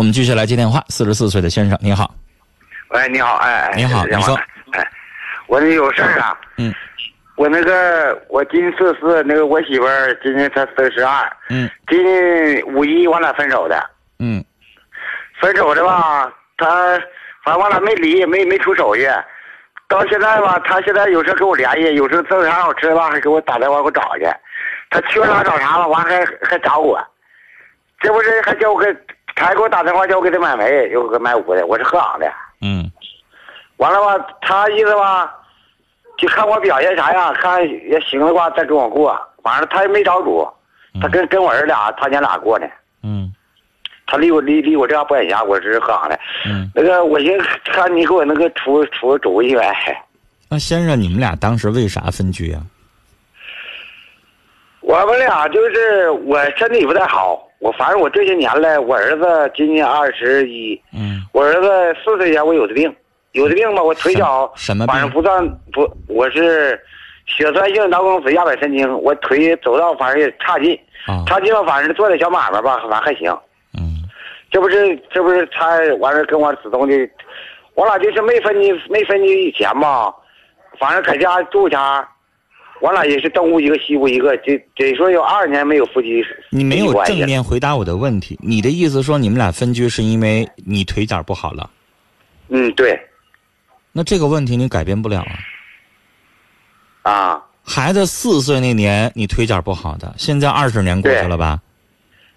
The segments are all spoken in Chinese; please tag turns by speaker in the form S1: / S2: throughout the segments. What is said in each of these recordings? S1: 我们继续来接电话，四十四岁的先生，您好，
S2: 喂，你好，哎，哎
S1: 你好
S2: 是这样
S1: 你说
S2: 吧哎，我那有事儿啊，
S1: 嗯
S2: 我那个我今四四，那个我媳妇儿今年她三十二，
S1: 嗯
S2: 今年五一我俩分手的，
S1: 嗯
S2: 分手的吧，她反正我俩没离，也没没出手续，到现在吧，她现在有时候跟我联系，有时候正常好吃吧，还给我打电话给我找去，她缺啥找啥吧，完还还找我，这不是还叫我给，她还给我打电话叫我给她买煤，又给我买五的，我是鹤岗的。
S1: 嗯
S2: 完了吧，他意思吧，就看我表现啥样，看也行的话再跟我过。完了，他也没找主，他跟跟我儿俩，他娘俩过呢。
S1: 嗯
S2: 他离我离离我这家不远家，我是鹤岗的。
S1: 嗯。
S2: 那个，我寻思看你给我那个出出主意呗。
S1: 那先生，你们俩当时为啥分居啊呀、
S2: 我们俩就是我身体不太好，我反正我这些年来，我儿子今年二十一，
S1: 嗯
S2: 我儿子四岁前我有的病，有的病吧，我腿脚
S1: 什么什么病
S2: 反正不算不，我是血栓性脑梗死压迫神经，我腿走道反正也差劲，
S1: 啊
S2: 差劲吧，反正做点小买卖吧，反正还行。
S1: 嗯
S2: 这不是这不是他完事儿跟我子东的，我俩就是没分居没分居以前吧，反正搁家住家，我俩也是东屋一个西屋一个，得得说有二十年没有夫妻
S1: 你没有
S2: 夫妻关系
S1: 正
S2: 了
S1: 面回答我的问题。你的意思说你们俩分居是因为你腿脚不好了？
S2: 嗯对
S1: 那这个问题你改变不了啊。
S2: 啊，
S1: 孩子四岁那年你腿脚不好的，现在二十年过去了吧？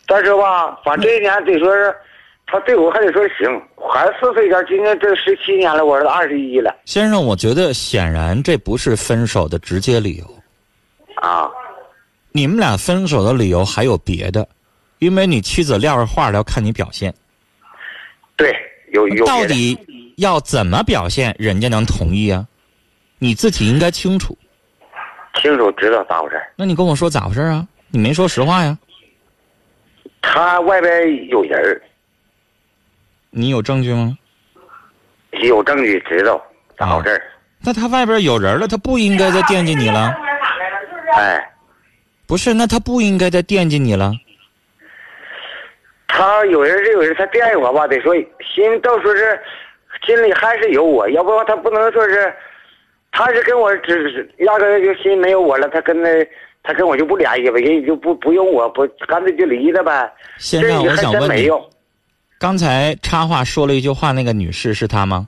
S2: 但是吧，反正这一年得说是，他对我还得说行，孩子四岁前，今年这十七年了，我儿子二十一了
S1: 先生，我觉得显然这不是分手的直接理由。
S2: 啊，
S1: 你们俩分手的理由还有别的，因为你妻子撂着话儿要看你表现，
S2: 对，有有
S1: 到
S2: 别的
S1: 底要怎么表现，人家能同意啊？你自己应该清楚。
S2: 清楚知道咋回事儿
S1: 那你跟我说咋回事儿啊？你没说实话呀？
S2: 他外边有人儿
S1: 你有证据吗？
S2: 有证据知道咋回事儿
S1: 那他外边有人了，他不应该再惦记你了。
S2: 哎。
S1: 不是，那他不应该再惦记你了。
S2: 他有人是有人，他惦记我吧，得说心到时候是心里还是有我，要不然他不能说是，他是跟我只是压根儿就心没有我了，他跟那他跟我就不联系呗，也就不不用我不干脆就离了呗。
S1: 先
S2: 这
S1: 生
S2: 也
S1: 我
S2: 还
S1: 想
S2: 真
S1: 问
S2: 没
S1: 你
S2: 有
S1: 刚才插话说了一句话，那个女士是她吗？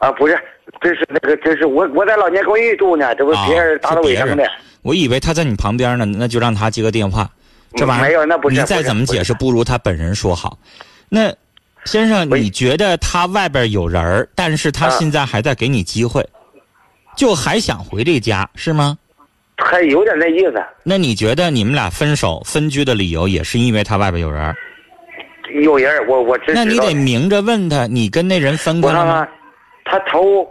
S2: 啊，不是，这是那个，这是我我在老年公寓住呢，这不
S1: 啊
S2: 是别人打扫卫生的，
S1: 我以为她在你旁边呢，那就让她接个电话。这玩意儿
S2: 嗯没有那不是
S1: 你再怎么解释，不如她本人说好。那先生，
S2: 不是
S1: 你觉得她外边有人儿，但是她
S2: 啊
S1: 现在还在给你机会，就还想回这家是吗？
S2: 还有点那意思，
S1: 那你觉得你们俩分手分居的理由也是因为他外边有人儿？
S2: 有人儿我我知
S1: 那你
S2: 知道
S1: 得明着问他，你跟那人分
S2: 我
S1: 开了
S2: 看
S1: 吗？
S2: 看，他头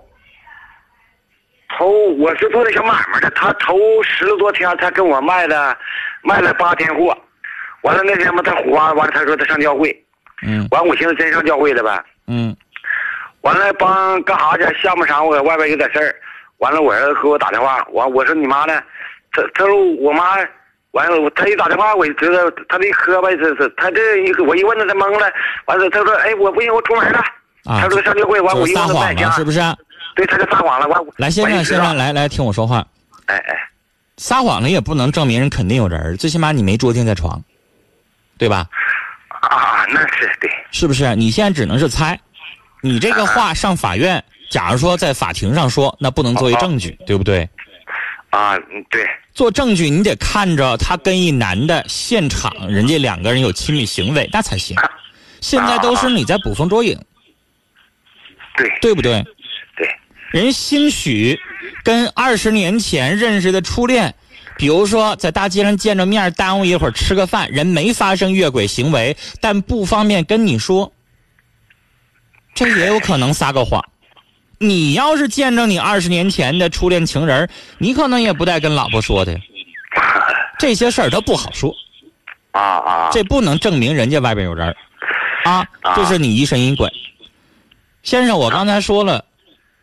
S2: 头我是做那小买卖的，他头十多天，他跟我卖了卖了八天货，完了那天嘛，他花完了，他说他上教会，
S1: 嗯
S2: 完我寻思真上教会了呗，
S1: 嗯
S2: 完了帮干啥去？下半场我在外边有点事儿，完了我儿子给我打电话，完我说你妈呢？他他说我妈，完了我他一打电话我就知道他这磕巴是是，他这一我一问他他懵了，完了他说哎我不行我出门了，
S1: 啊
S2: 他说上教会完
S1: 就
S2: 我
S1: 是
S2: 一
S1: 撒
S2: 问他在
S1: 谎
S2: 家
S1: 了，是不是啊？
S2: 对，他就撒谎了。完，我
S1: 来，先
S2: 我
S1: 生，
S2: 也知
S1: 先
S2: 道
S1: 生，，来来，听我说话。
S2: 哎哎，
S1: 撒谎了也不能证明人肯定有人儿，最起码你没捉奸在床，对吧？
S2: 啊，那是对，
S1: 是不是？你现在只能是猜，你这个话上法院，假如说在法庭上说，那不能作为证据，对不对？
S2: 啊，嗯对，
S1: 做证据你得看着他跟一男的现场，人家两个人有亲密行为，那才行。现在都是你在捕风捉影，
S2: 对
S1: 对不对？
S2: 对，
S1: 人兴许跟二十年前认识的初恋，比如说在大街上见着面，耽误一会儿吃个饭，人没发生越轨行为，但不方便跟你说，这也有可能撒个谎。你要是见着你二十年前的初恋情人儿，你可能也不带跟老婆说的呀。这些事儿都不好说，
S2: 啊啊，
S1: 这不能证明人家外边有人儿啊，这是你疑神疑鬼。先生，我刚才说了，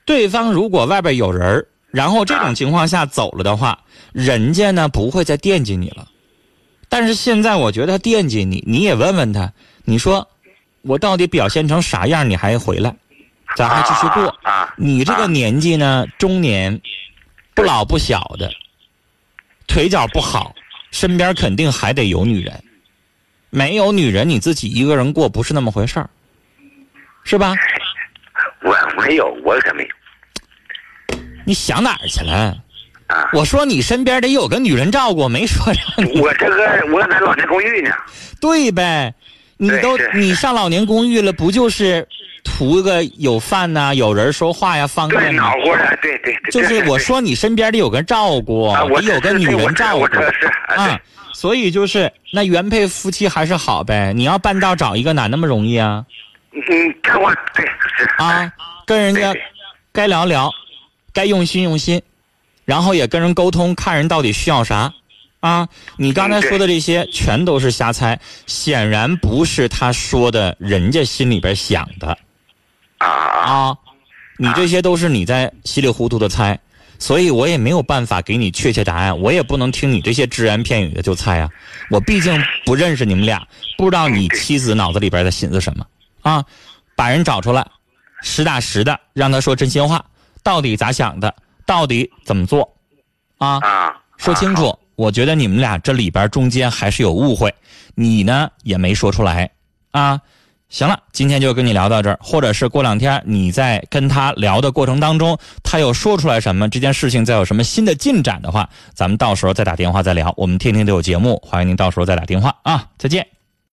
S1: 对方如果外边有人儿，然后这种情况下走了的话，人家呢不会再惦记你了。但是现在我觉得他惦记你，你也问问他，你说我到底表现成啥样，你还回来，咱还继续过。
S2: 啊啊
S1: 你这个年纪呢，中年，不老不小的，腿脚不好，身边肯定还得有女人，没有女人你自己一个人过不是那么回事儿，是吧？
S2: 我没有，我可没有
S1: 你想哪儿去了？
S2: 啊。
S1: 我说你身边得有个女人照顾，没说让你
S2: 我这个我在老年公寓呢，
S1: 对呗？你
S2: 对
S1: 都
S2: 是
S1: 你上老年公寓了，不就是图个有饭呐、有人说话呀，方
S2: 对
S1: 便
S2: 脑
S1: 吗？
S2: 瓜的，对对对。
S1: 就是我说你身边得有个照顾，
S2: 啊，我
S1: 得有个
S2: 是
S1: 女
S2: 我
S1: 人
S2: 是
S1: 照
S2: 我
S1: 顾
S2: 这是啊
S1: 啊。所以就是那原配夫妻还是好呗。你要办到找一个哪那么容易啊？
S2: 对，嗯，这我对是
S1: 啊，跟人
S2: 对
S1: 家
S2: 对
S1: 该聊聊，该用心用心，然后也跟人沟通，看人到底需要啥。啊，你刚才
S2: 嗯对
S1: 说的这些全都是瞎猜，显然不是他说的，人家心里边想的
S2: 啊啊
S1: 啊。你这些都是你在稀里糊涂的猜，所以我也没有办法给你确切答案，我也不能听你这些只言片语的就猜啊。我毕竟不认识你们俩，不知道你妻子脑子里边在寻思什么啊。把人找出来，实打实的让他说真心话，到底咋想的，到底怎么做啊？
S2: 啊，
S1: 说清楚。我觉得你们俩这里边中间还是有误会，你呢也没说出来啊。行了，今天就跟你聊到这儿，或者是过两天你在跟他聊的过程当中，他又说出来什么，这件事情再有什么新的进展的话，咱们到时候再打电话再聊。我们天天都有节目，欢迎您到时候再打电话啊，再见。